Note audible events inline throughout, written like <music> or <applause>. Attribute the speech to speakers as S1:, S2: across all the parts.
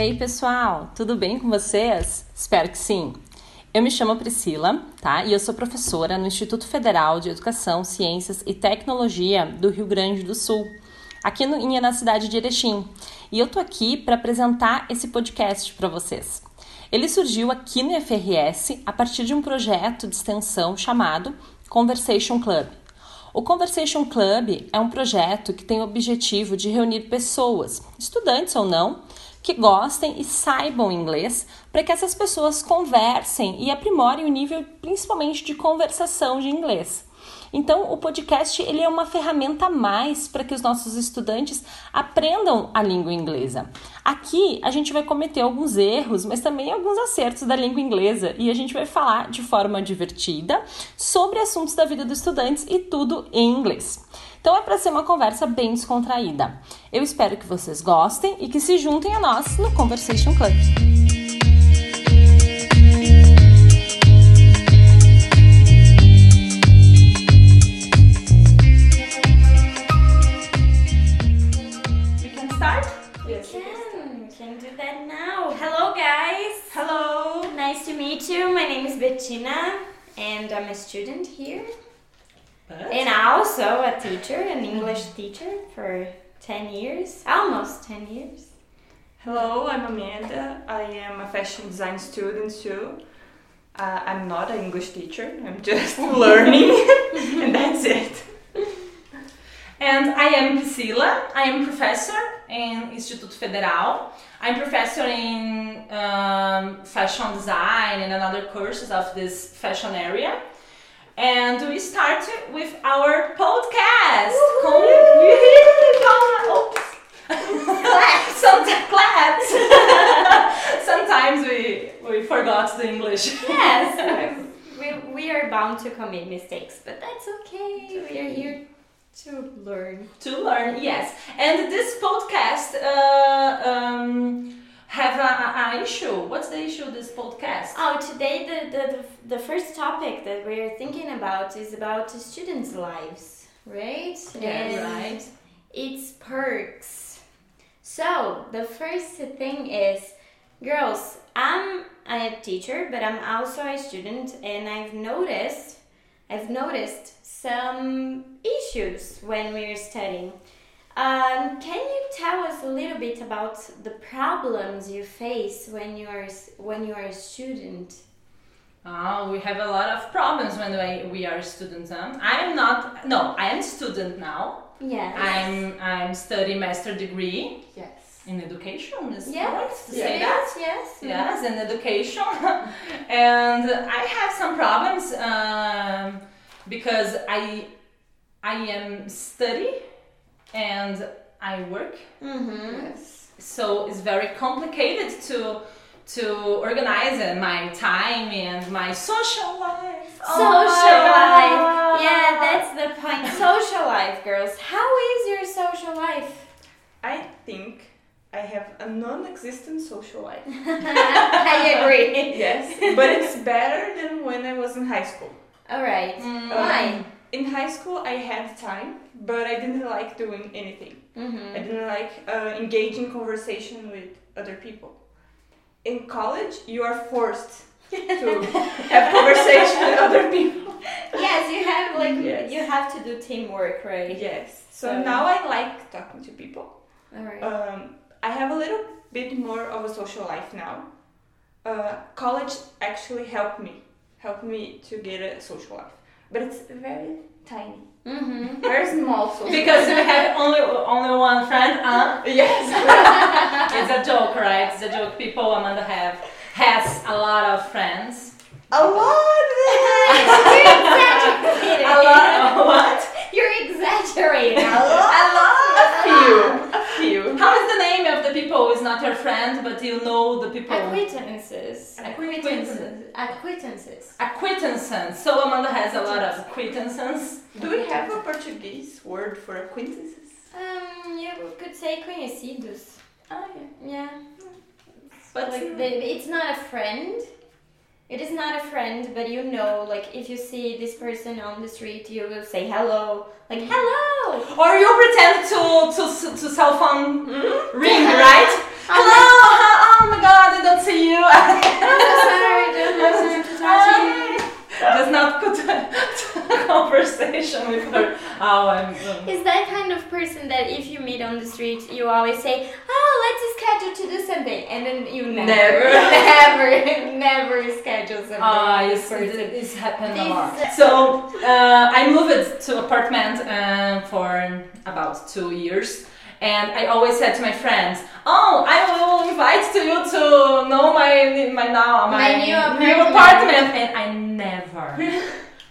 S1: aí, pessoal? Tudo bem com vocês? Espero que sim. Eu me chamo Priscila, tá? E eu sou professora no Instituto Federal de Educação, Ciências e Tecnologia do Rio Grande do Sul, aqui no, em, na cidade de Erechim. E eu tô aqui para apresentar esse podcast para vocês. Ele surgiu aqui no FRS a partir de um projeto de extensão chamado Conversation Club. O Conversation Club é um projeto que tem o objetivo de reunir pessoas, estudantes ou não, que gostem e saibam inglês, para que essas pessoas conversem e aprimorem o nível principalmente de conversação de inglês. Então, o podcast ele é uma ferramenta a mais para que os nossos estudantes aprendam a língua inglesa. Aqui a gente vai cometer alguns erros, mas também alguns acertos da língua inglesa e a gente vai falar de forma divertida sobre assuntos da vida dos estudantes e tudo em inglês. Então é para ser uma conversa bem descontraída. Eu espero que vocês gostem e que se juntem a nós no Conversation Club.
S2: can do that now. Hello, guys.
S3: Hello.
S2: Nice to meet you. My name is Bettina, and I'm a student here,
S3: But
S2: and also a teacher, an English teacher for ten years, almost ten years.
S3: hello, I'm Amanda. I am a fashion design student too. Uh, I'm not an English teacher. I'm <laughs> just learning, and that's it.
S4: And I am Priscila. I am professor in Instituto Federal. I'm professor in um, fashion design and another courses of this fashion area. And we start with our podcast. Com- Com- Oops. <laughs> Sometimes claps. <laughs> Sometimes we we forgot the English.
S2: Yes, we, we are bound to commit mistakes, but that's okay. We are here to learn.
S4: to learn yes and this podcast uh, um, have a, a, a issue what's the issue of this podcast
S2: Oh, today the, the, the, the first topic that we're thinking about is about the students' lives, right? And
S4: right
S2: It's perks. So the first thing is, girls, I'm a teacher, but I'm also a student, and I've noticed, I've noticed some issues when we're studying. Um, can you tell us a little bit about the problems you face when you are s- when you are a student?
S4: oh we have a lot of problems when we, we are students huh? i am not no i am student now
S2: Yes.
S4: i'm i'm study master degree
S2: yes.
S4: in education is correct
S2: Yes.
S4: to say that
S2: Yes.
S4: yes and education <laughs> and i have some problems um, because i i am study and i work
S2: Mm-hmm.
S3: Yes.
S4: so it's very complicated to to organize and my time and my social life Oh my
S2: Social life.
S4: God.
S2: Yeah, that's the point. Social life, girls. How is your social life? <laughs>
S3: I think I have a non-existent social life.
S2: I agree.
S3: yes, <laughs> but it's better than when I was in high school.
S2: All right.
S4: Mm,
S2: Why?
S3: In high school, I had time, but I didn't like doing anything. I
S2: Mm-hmm.
S3: didn't like uh, engaging conversation with other people. In college, you are forced <laughs> to have conversation with other people.
S2: Yes, you have like
S3: Yes.
S2: you have to do teamwork, right?
S3: Yes. So
S2: So-
S3: now I like talking to people.
S2: All right.
S3: Um, I have a little bit more of a social life now. Uh, college actually helped me, helped me to get a social life, but it's very tiny,
S2: <laughs> Mm-hmm.
S3: very small social.
S4: because we have only only one friend huh?
S3: yes,
S4: it's a joke right it's a joke people amanda have has a lot of friends
S3: a lot. <laughs>
S4: a lot of <laughs> what
S2: You're exaggerating. <laughs> A
S3: A few, a few.
S4: How is the name of the people who is not your friend but you know the people?
S2: Acquaintances. Acquaintances.
S4: Acquaintances.
S2: Acquaintances.
S4: Acquaintances. So Amanda has a lot of acquaintances.
S3: Do we have a Portuguese word for acquaintances?
S2: Um, you could say conhecidos.
S3: Oh, yeah.
S2: Yeah.
S4: But
S2: like the, it's not a friend it is not a friend but you know like if you see this person on the street you will say hello like <laughs> hello
S4: or
S3: Hmm? <laughs>
S4: you pretend to to to cell phone ring, right? Hello. How, oh god, I don't see you.
S2: sorry, don't
S4: <laughs>
S2: listen to touching.
S4: Just not good <laughs> conversation with her. Oh, I'm. um,
S2: <laughs> Is that kind of person that if you meet on the street, you always say, "Oh, let's schedule to do something," and then you never, <laughs> never, never schedule something.
S4: Ah, yes,
S2: with this person.
S4: it- this happened a
S2: This
S4: lot.
S2: is-
S4: So uh, I moved to apartment uh, for about two years, and I always said to my friends, "Oh, I will invite to you to know my my now my,
S2: My new apartment."
S4: apartment," and I
S2: <laughs>
S4: never.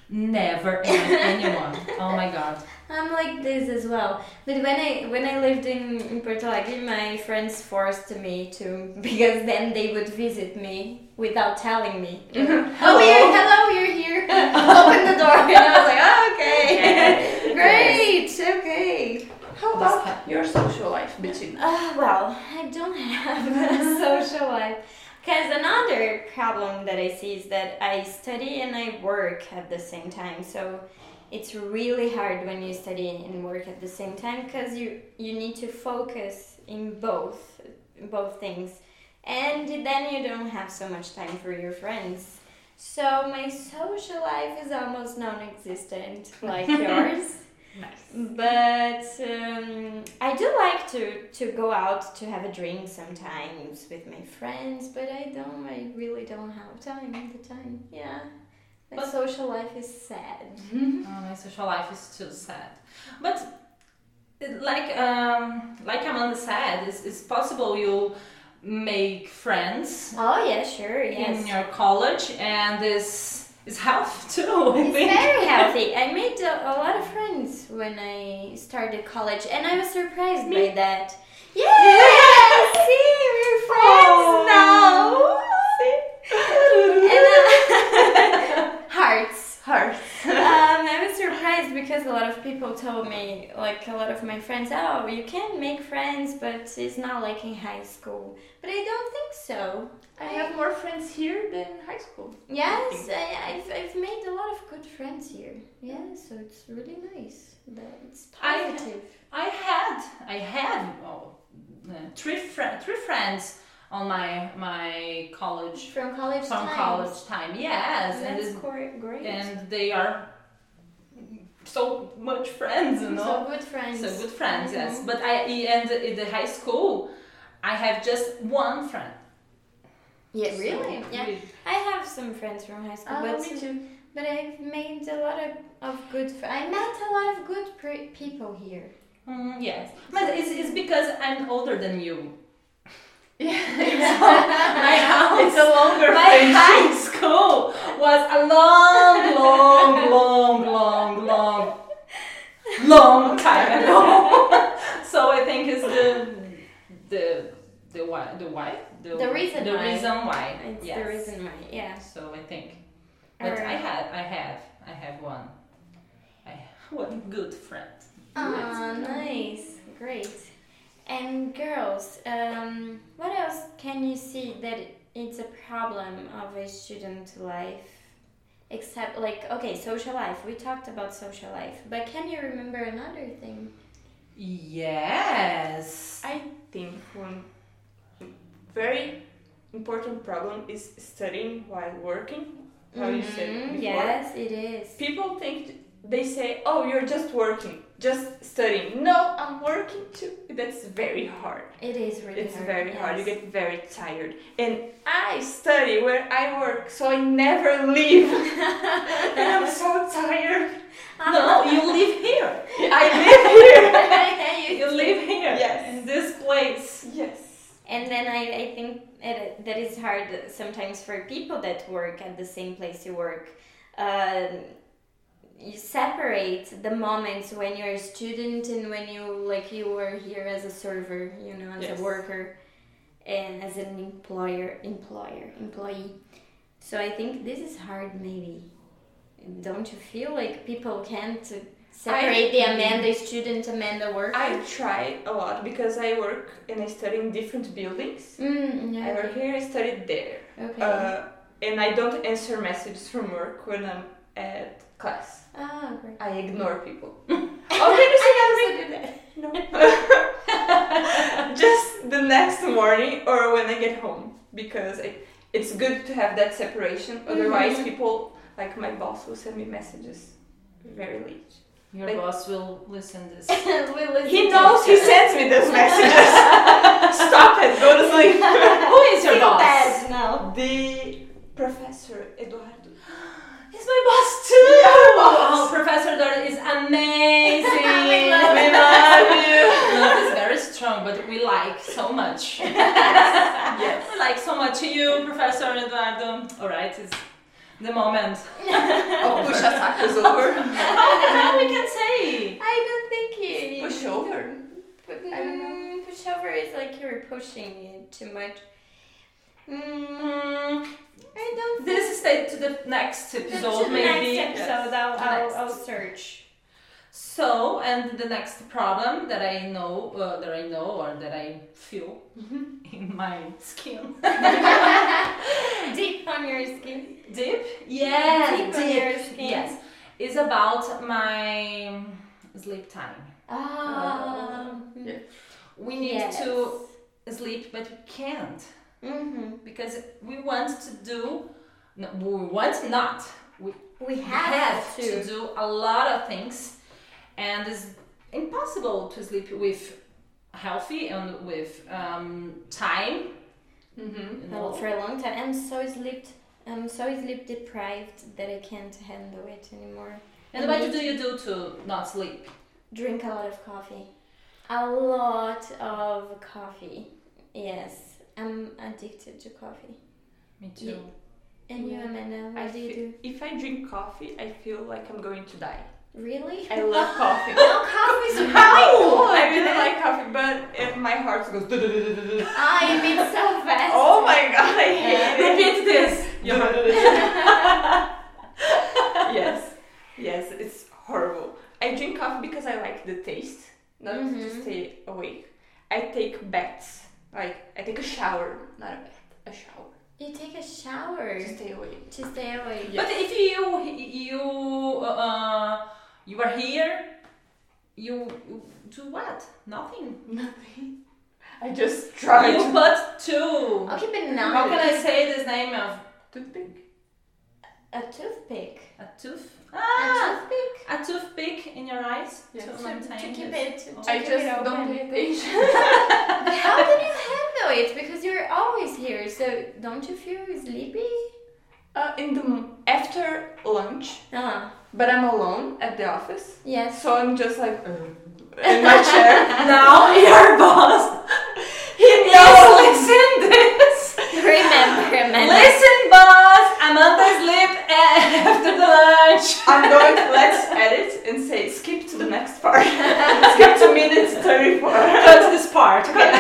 S4: Never invite anyone. Oh my god.
S2: I'm like this as well. But when I when I lived in, in Porto Alegre, my friends forced me to <laughs> because then they would visit me without telling me. <laughs> Oh, you're, hello, you're here. <laughs> Open the door. <laughs> And I was like, oh, <laughs> okay, great, okay.
S3: How about your social life, Bettina?
S2: Uh, well, I don't have a social life. Because another problem that I see is that I study and I work at the same time. So it's really hard when you study and work at the same time because you, you need to focus in both both things. And then you don't have so much time for your friends. So my social life is almost non-existent like yours. But um, I do like to, to go out to have a drink sometimes with my friends, but I don't, I really don't have time at the time. Yeah. My
S4: But-
S2: social life is sad.
S3: Mm-hmm.
S4: Oh, my social life is too sad. But it- like um, like Amanda said, it's, it's possible you make friends
S2: Oh, yeah, sure, yes.
S4: in your college, and this is <laughs> health too. I
S2: It's
S4: think. <laughs>
S2: very healthy. I made a, a lot of friends when I started college, and I was surprised by that. Yeah, see, we're friends
S4: Oh,
S2: now. And, uh, <laughs> hearts.
S3: Hard.
S2: Um, I was surprised because a lot of people told me, like a lot of my friends, oh, you can make friends, but it's not like in high school. But I don't think so.
S3: I have more friends here than high <laughs> school.
S2: Yes, I, I've, I've made a lot of good friends here. Yeah, so it's really nice. That it's
S4: I-
S2: positive.
S4: I had I had oh, uh, three fri three friends on my my college
S2: From college
S4: from
S2: times.
S4: college time. Yes, and
S2: That's
S4: this-
S2: cor- great.
S4: and they are so much friends, you know.
S2: So good friends. Mm-hmm.
S4: So good friends, yes. But I and in the high school, I have just one friend.
S2: Yeah, really?
S4: So,
S2: yeah.
S4: we-
S2: I have some friends from high school, but,
S3: too.
S2: Oh, but I've made a lot of, of good friends. I met a lot of good pre- people <laughs> here.
S4: Mm, yes, but it's, it's because I'm older than
S2: <laughs>
S4: you. My house,
S3: It's a longer
S4: my high school was a long, long, long, long, long, long time ago. <laughs> so I think it's the the the why the why
S2: The reason
S4: the
S2: why.
S4: reason why
S2: It's
S4: yes.
S2: the reason why, yeah.
S4: So I think, but I
S2: Alright.
S4: have, I have, I have one, I <laughs> one good friend.
S2: Oh, nice, great. And girls, um, what else can you see that it's a problem of a student life? Except, like, okay, social life. We talked about social life, but can you remember another thing?
S4: Yes.
S3: I think one very important problem is studying while working. How you said
S2: Mhm,
S3: before.
S2: Yes, it is.
S3: People think they say, "Oh, you're just working, just studying." No, I'm working too. That's very hard.
S2: It is really
S3: It's
S2: hard.
S3: very hard. You
S2: yes.
S3: get very tired. And I study where I work, so I never leave. <laughs>
S2: <laughs>
S3: and I'm so tired.
S4: No, you live
S3: <laughs>
S4: here.
S2: <laughs>
S3: I live here.
S4: You live here.
S3: Yes.
S4: <laughs> In this place.
S3: yes.
S2: And then I, I think it, that is hard sometimes for people that work at the same place you work. Um, you separate the moments when you're a student and when you like you were here as a server, you know, as
S3: Yes.
S2: a worker and as an employer, employer, employee. So I think this is hard, maybe. Don't you feel like people can't separate the Amanda student, Amanda worker?
S3: I try a lot because I work and I study in different buildings.
S2: mm,
S3: I
S2: yeah,
S3: work
S2: okay.
S3: here, I study there.
S2: okay.
S3: Uh, and I don't answer messages from work when I'm at class.
S2: Ah, great.
S3: I ignore people. <laughs> oh, can you say that?
S2: do that.
S3: <laughs> No. Just the next morning or when I get home. because it, it's good to have that separation. Otherwise, people like my boss will send me messages very late.
S4: Your
S3: Like-
S4: boss will listen
S2: <laughs>
S4: this.
S2: <laughs> we listen
S3: He
S2: to
S3: knows
S2: each
S3: he
S2: other. <laughs>
S3: sends me those <laughs> messages. Stop it. Go to sleep.
S4: Who is your
S2: Single
S4: boss?
S2: beds <laughs> now.
S3: The professor Eduardo.
S4: He's my boss too.
S3: Your
S4: Oh,
S3: boss.
S4: Professor Dora is amazing.
S2: We love
S4: We
S2: him.
S4: love you. Love is very strong, but we like so much.
S3: Yes.
S4: We like so much you, Professor Eduardo. All right, it's the moment.
S3: Oh, push a saco is over.
S4: How we can say?
S2: I don't think you.
S3: Push over. I don't
S2: Mm, pushover is like you're pushing it too much. Mm,
S4: Mm,
S2: I don't.
S4: this stay to the next episode,
S2: the
S4: maybe.
S2: next episode, I'll, I'll,
S4: Next.
S2: I'll search.
S4: So, and the next problem that I know, uh, that I know, or that I feel
S2: Mm-hmm.
S4: in my skin,
S2: Deep on your skin.
S4: deep. Yes,
S2: Deep on your skin.
S4: Yes, is about my sleep time.
S2: Ah. Um,
S3: Yeah.
S4: We need to sleep, but we can't
S2: hmm
S4: because we want to do. No, we want not. We
S2: We have,
S4: have
S2: to.
S4: to do a lot of things, and it's impossible to sleep with healthy and with um, time.
S3: Mm-hmm.
S4: you
S2: Well,
S4: know.
S2: for a long time, I'm so sleep. I'm so sleep deprived that I can't handle it anymore.
S4: And what do you do to not sleep?
S2: Drink a lot of coffee. A lot of coffee. Yes, I'm addicted to coffee.
S4: Me
S2: too. And you,
S3: Yeah.
S2: Amanda, what
S3: I
S2: do you
S3: fe-
S2: do?
S3: if I drink coffee, I feel like I'm going to die.
S2: Really?
S3: I love coffee.
S2: No, <laughs>
S3: <laughs>
S2: coffee's really
S3: How?
S2: good.
S3: oh, I really like coffee, but if my heart goes. "Du-du-du-du-du-du."
S2: Ah, you mean so fast.
S3: Oh my god, I hate it.
S4: Repeat this. Your heart.
S3: <laughs> Oh. yes, yes, it's horrible. I drink coffee because I like the taste, not to
S2: Mhm.
S3: stay awake. I take baths, like I take a shower, not a bath, a shower
S2: You take a shower
S3: to stay awake. <laughs>
S2: to stay awake.
S4: But if you you uh, you are here, you, you do what? Nothing.
S3: Nothing. I just try
S4: You
S3: to.
S4: put two.
S2: Okay, but
S4: How
S2: now
S4: can I say this name of
S3: Toothpick.
S2: a toothpick.
S4: a tooth?
S2: A
S4: Ah,
S2: toothpick.
S4: a toothpick in your eyes
S3: Yes.
S4: to
S3: To-
S4: maintain
S2: to keep
S4: this.
S2: it. To
S4: Oh.
S3: I
S2: keep
S3: just
S2: it
S3: don't
S2: open.
S3: pay attention. <laughs>
S2: How can you handle it? Because you're always here, so don't you feel sleepy?
S3: Uh, in the m- after lunch,
S2: Ah,
S3: but I'm alone at the office,
S2: yes. <laughs>
S3: so I'm just like <laughs> in my chair.
S4: Now <laughs> your boss. He
S3: knows.
S4: Listen this.
S2: Remember, Amanda.
S4: Listen, boss. Amanda sleep after the lunch.
S3: I'm going. Let's edit and say skip to the next part. <laughs> skip to minutes thirty-four.
S4: Cut this part.
S2: Cut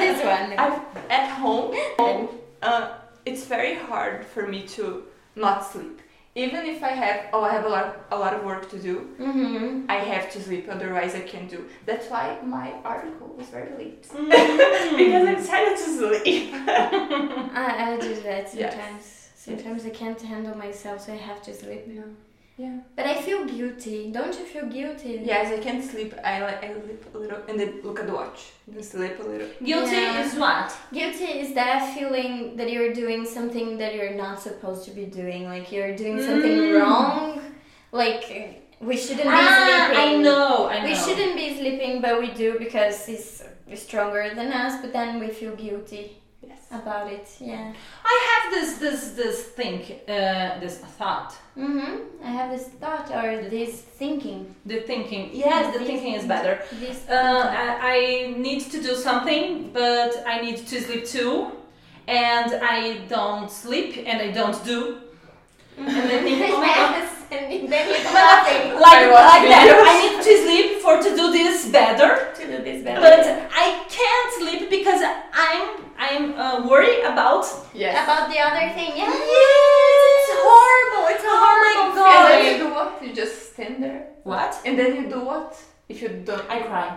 S2: this one.
S3: I'm at home. home, uh, it's very hard for me to not sleep. Even if I have, oh, I have a lot, a lot of work to do.
S2: <laughs> Mm-hmm.
S3: I have to sleep, otherwise I can't do. That's why my article was very late <laughs> because I decided to sleep.
S2: I, I do
S3: Yes.
S2: that sometimes. Sometimes I can't handle myself, so I have to sleep.
S3: Yeah. Yeah.
S2: But I feel guilty. Don't you feel guilty?
S3: Yes, I can't sleep. I like I sleep a little and then look at the watch. Then sleep a little.
S4: Guilty
S2: Yeah.
S4: is what?
S2: Guilty is that feeling that you're doing something that you're not supposed to be doing. Like you're doing something
S4: Mm.
S2: wrong. Like we shouldn't
S4: Ah,
S2: be
S4: I
S2: sleeping.
S4: know, I know.
S2: We shouldn't be sleeping, but we do because he's stronger than us. But then we feel guilty
S3: Yes.
S2: about it. Yeah.
S4: I have this this this thing, uh, this thought,
S2: Mm-hmm. I have this thought or this thinking.
S4: the thinking. Yes, the thinking is better.
S2: This.
S4: Uh,
S2: <laughs>
S4: I, I need to do something, but I need to sleep too, and I don't sleep, and I don't do. And I think, oh my god.
S2: yes, and then you do nothing.
S4: Like,
S3: I watch
S4: like that,
S3: videos.
S4: I need to sleep for to do this better.
S2: to do this
S4: But I can't sleep because I'm I'm uh, worried about.
S3: Yes.
S2: About the other thing, yeah.
S4: Yes, it's horrible. It's
S2: horrible
S4: Oh
S3: And
S4: my
S3: then
S4: god.
S3: you do what? You just stand there.
S4: What?
S3: And then you do what? If you <laughs> don't.
S4: I cry.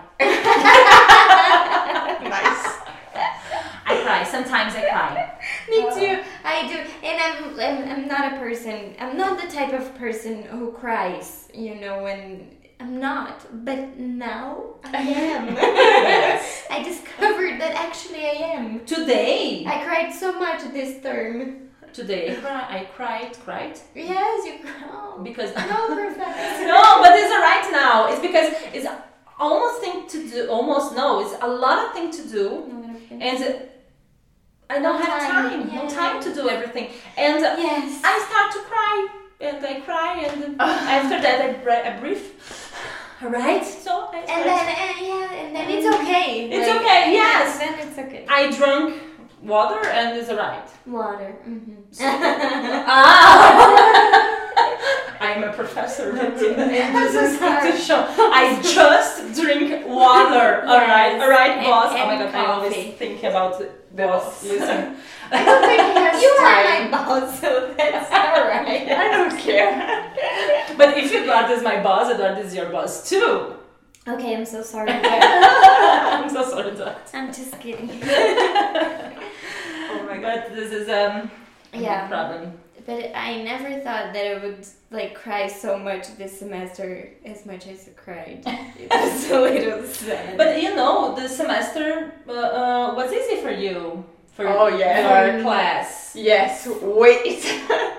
S3: nice.
S4: I cry. Sometimes I cry.
S2: Me too. I do, and I'm, I'm I'm not a person. I'm not the type of person who cries. You know when I'm not, but now I
S4: <laughs>
S2: am. I discovered that actually I am.
S4: Today,
S2: I cried so much this term.
S4: today I cri- I cried, cried
S2: Yes, you
S4: <laughs>
S2: cried.
S4: because
S2: No, perfect.
S4: no, but it's alright now. It's because it's almost thing to do. Almost no, it's a lot of thing to do, and I don't have
S2: Time,
S4: time. No
S2: yeah.
S4: time to do everything, and
S2: Yes.
S4: I start to cry and I cry
S2: <laughs>
S4: and after that I, bre- I breathe. Right? So I
S2: And
S4: start-
S2: then, uh, yeah, and then it's okay.
S4: It's okay, yes.
S2: Then it's okay.
S4: I drank water and it's alright.
S2: Water. Mm-hmm. <laughs> Ah.
S4: <laughs> I'm a professor.
S2: <laughs> I'm so sorry.
S4: to show. I just drink
S2: <laughs>
S4: water. All right, all right,
S2: And-
S4: boss. oh my
S2: and
S4: god, I always
S2: coffee.
S4: think about the boss. Listen,
S2: I don't think he has
S4: You are
S2: time. my boss, so that's alright.
S4: I don't care. but if Eduardo is my boss, Eduardo is your boss too. <laughs>
S2: Okay, <laughs> I'm so sorry.
S4: I'm so sorry, Eduardo.
S2: I'm just kidding.
S3: Oh my god.
S4: But this is um a big
S2: Yeah.
S4: problem.
S2: But I never thought that I would like cry so much this semester as much as I <laughs> cried. It was so little sad.
S4: But you know, the semester uh, uh, was easy for you for
S3: Oh, yeah.
S4: your class.
S3: Yes, wait.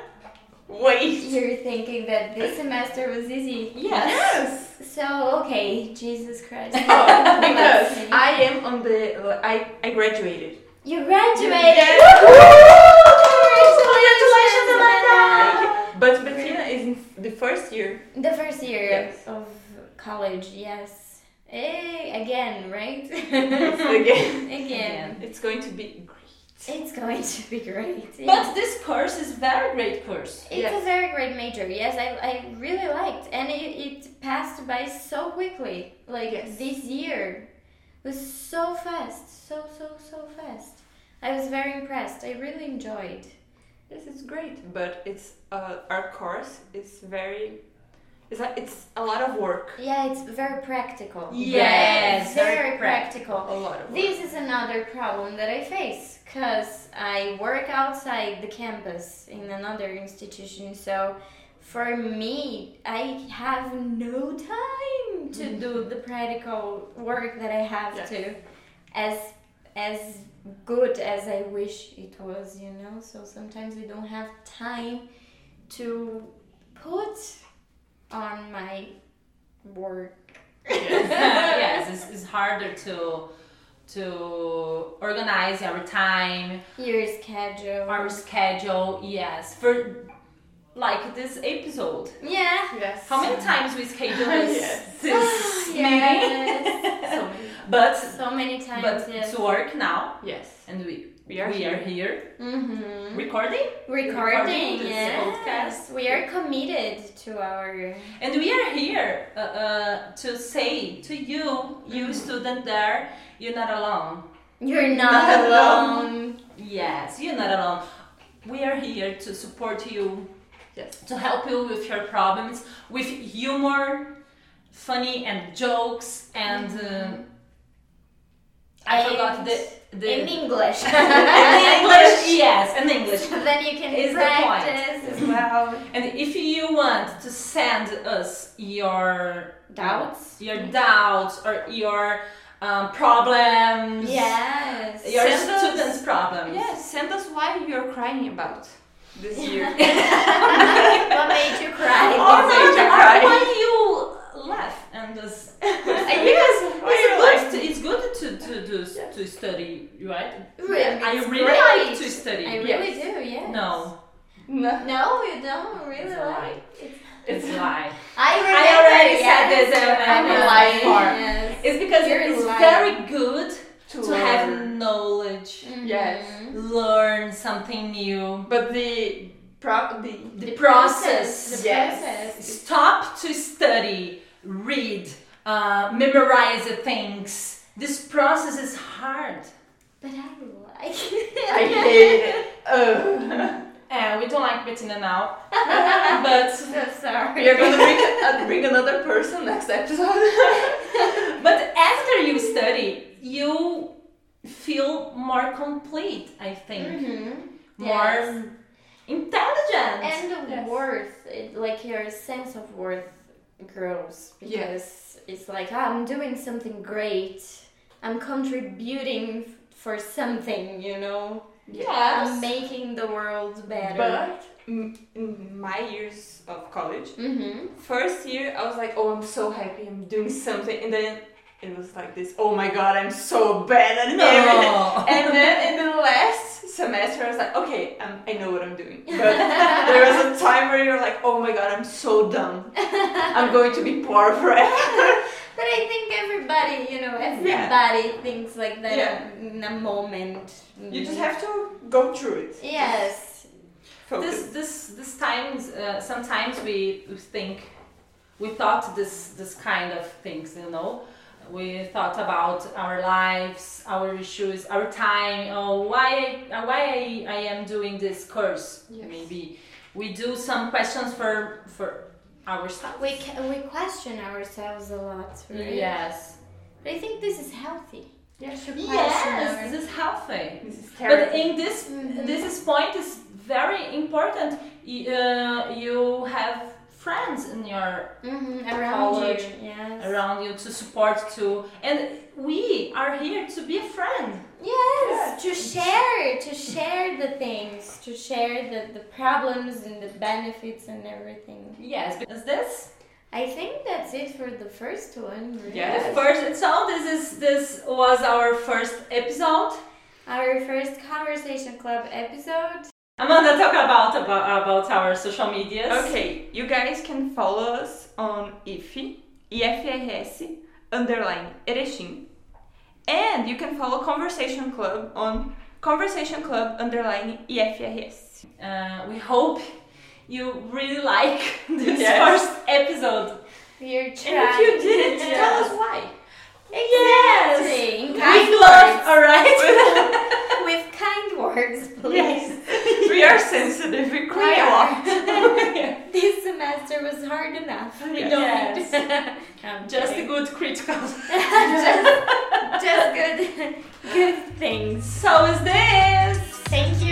S3: <laughs> wait.
S2: you're thinking that this semester was easy.
S4: Yes.
S3: Yes.
S2: So okay, Jesus <laughs> Christ.
S3: <laughs> Oh, because I am on the. I, I graduated. <laughs>
S2: you graduated.
S3: Yes.
S2: Congratulations, Amanda.
S3: Thank you. But Bettina is in the first <laughs> year.
S2: The first year
S3: Yes.
S2: of college, yes. Eh, again, right?
S3: <laughs> Again.
S2: again.
S3: It's going to be great.
S2: It's going to be
S3: <laughs>
S2: great. yeah.
S4: But this course is very great course.
S2: It's
S3: Yes.
S2: a very great major. Yes, I, I really liked, and it, it passed by so quickly. Like
S3: Yes.
S2: this year was so fast, so so so fast. I was very impressed. I really enjoyed.
S3: Yes, it's great. But it's uh, our course is very. It's a, it's a lot of work.
S2: Yeah, it's very practical.
S4: Yes,
S2: very,
S4: very
S2: practical.
S3: A lot of work.
S2: This is another problem that I face because I work outside the campus in another institution. So for me, I have no time to do the practical work that I have
S3: Yes.
S2: to as as good as I wish it was, you know. So sometimes I don't have time to put on my work.
S3: <laughs>
S4: yes, it's, it's harder to to organize our time,
S2: Your schedule.
S4: our schedule. Yes, for like this episode,
S2: yeah.
S3: Yes.
S4: how many times we
S3: <laughs>
S4: schedule
S3: Yes.
S4: this this meeting? <laughs>
S2: Yes.
S3: So many.
S4: But
S2: so many times.
S4: but
S2: yes.
S4: to work now,
S3: Yes.
S4: and we
S3: We are here.
S4: here
S2: hmm
S4: recording,
S2: Recording,
S4: this
S2: yes.
S4: podcast.
S2: We are committed to our.
S4: and we are here uh, uh, to say to you,
S2: Mm-hmm.
S4: you student there, you're not alone.
S2: You're not alone.
S4: Yes, you're not alone. We are here to support you,
S3: Yes.
S4: to help you with your problems, with humor, funny and jokes, and uh, I
S2: And
S4: forgot the the <laughs>
S2: In English.
S4: and
S2: <laughs>
S4: English. Yes, and English.
S2: then you can
S4: Is the
S2: practice as well.
S4: And if you want to send us your
S2: Doubts?
S4: your doubts or your um, problems,
S2: Yes.
S4: your
S3: Send us-
S4: students' problems,
S3: Yes. Send us why you're crying about <laughs> this year.
S2: <laughs> what made you
S4: <laughs>
S2: cry?
S4: Or
S3: Yes, I
S4: not,
S3: do
S4: or
S3: cry.
S4: why you laugh and just
S2: <laughs>
S3: yes. Why you like-
S4: It's good. To, it's good to to do to study, right?
S2: Really,
S4: I
S2: it's
S4: really
S2: great.
S4: like to study.
S2: I really
S3: Yes.
S2: do, yes.
S4: No,
S3: No.
S2: No, you don't really
S4: It's a lie.
S2: like.
S4: It's a
S2: <laughs>
S4: lie.
S2: I remember.
S4: already
S2: yes.
S4: said this in- in
S2: I
S4: my
S2: remember,
S4: life form.
S2: yes.
S4: It's because
S2: You're
S4: it's
S2: lying.
S4: very good
S3: To,
S4: to have knowledge,
S3: Yes.
S2: Mhm.
S4: learn something new.
S3: But the pro the
S4: The, process.
S2: The
S3: Yes.
S2: process.
S4: Stop to study, read, uh, memorize the things. This process is hard.
S2: But I like
S3: <laughs>
S2: it.
S3: <laughs> I hate it. Ugh.
S4: Uh, we don't like Bettina now, <laughs> but
S2: <laughs> so sorry.
S3: We are gonna bring, uh, bring another person next <laughs> episode.
S4: But after you study, you feel more complete, I think.
S2: Mhm.
S4: More
S2: Yes.
S4: intelligent.
S2: And the
S3: Yes.
S2: worth, it, like your sense of worth grows because it's like "Ah, I'm doing something great. I'm contributing f- for something, you know. I'm making the world better.
S3: But m- in my years of college,
S2: mm-hmm.
S3: first year I was like, oh, I'm so happy, I'm doing something, and then it was like this, oh my god, I'm so bad
S4: <laughs>
S3: at everything. And then in the last semester, I was like, okay, um, I know what I'm doing. But there was a time where you're like, oh my god, I'm so dumb. I'm going to be poor forever.
S2: But I think everybody, you know,
S3: Yeah.
S2: everybody thinks like that
S3: Yeah.
S2: in a moment. Mm-hmm.
S3: you just have to go through it.
S2: Yes.
S3: Focus.
S4: this this this times uh, sometimes we, we think we thought this this kind of things you know we thought about our lives our issues our time oh why I, uh, why I, I am doing this course
S3: Yes.
S4: maybe we do some questions for for ourselves
S2: We, ca- we question ourselves a lot, right?
S4: yes
S2: But I think this is healthy.
S3: Yeah, sure.
S4: yes this is healthy
S3: This is
S4: But
S3: terrible.
S4: in this
S2: Mhm.
S4: this is point is very important. Y- Uh, you have friends in your
S2: Mm-hmm. Around
S4: College,
S2: you. Yes.
S4: around you to support to, and we are here to be a friend.
S2: Yes, to share, to share the things, to share the, the problems and the benefits and everything.
S4: Yes, because this
S2: I think that's it for the first one. Really.
S3: Yes.
S4: the first itself. This is this was our first episode.
S2: Our first conversation club episode.
S4: Amanda, talk about about, about our social medias.
S3: Okay, you guys can follow us on IFI, IFRS, underline Erechim. And you can follow Conversation Club on Conversation Club, underline
S4: <laughs>
S3: IFRS.
S4: Uh, we hope you really like <laughs> this
S3: Yes.
S4: first episode.
S2: We're trying.
S4: And if you didn't,
S2: Yeah.
S4: tell us why.
S2: Exactly. In kind
S4: With love, <laughs>
S2: words.
S4: alright?
S2: With kind words, please.
S3: we are sensitive, we cry a lot.
S2: <laughs> This semester was hard <laughs> enough. We
S3: Yes.
S2: don't
S4: Yes.
S2: need. I'm
S4: um, Just a
S2: kidding.
S4: good critical.
S2: just, just good, good things.
S4: So is this.
S2: Thank you.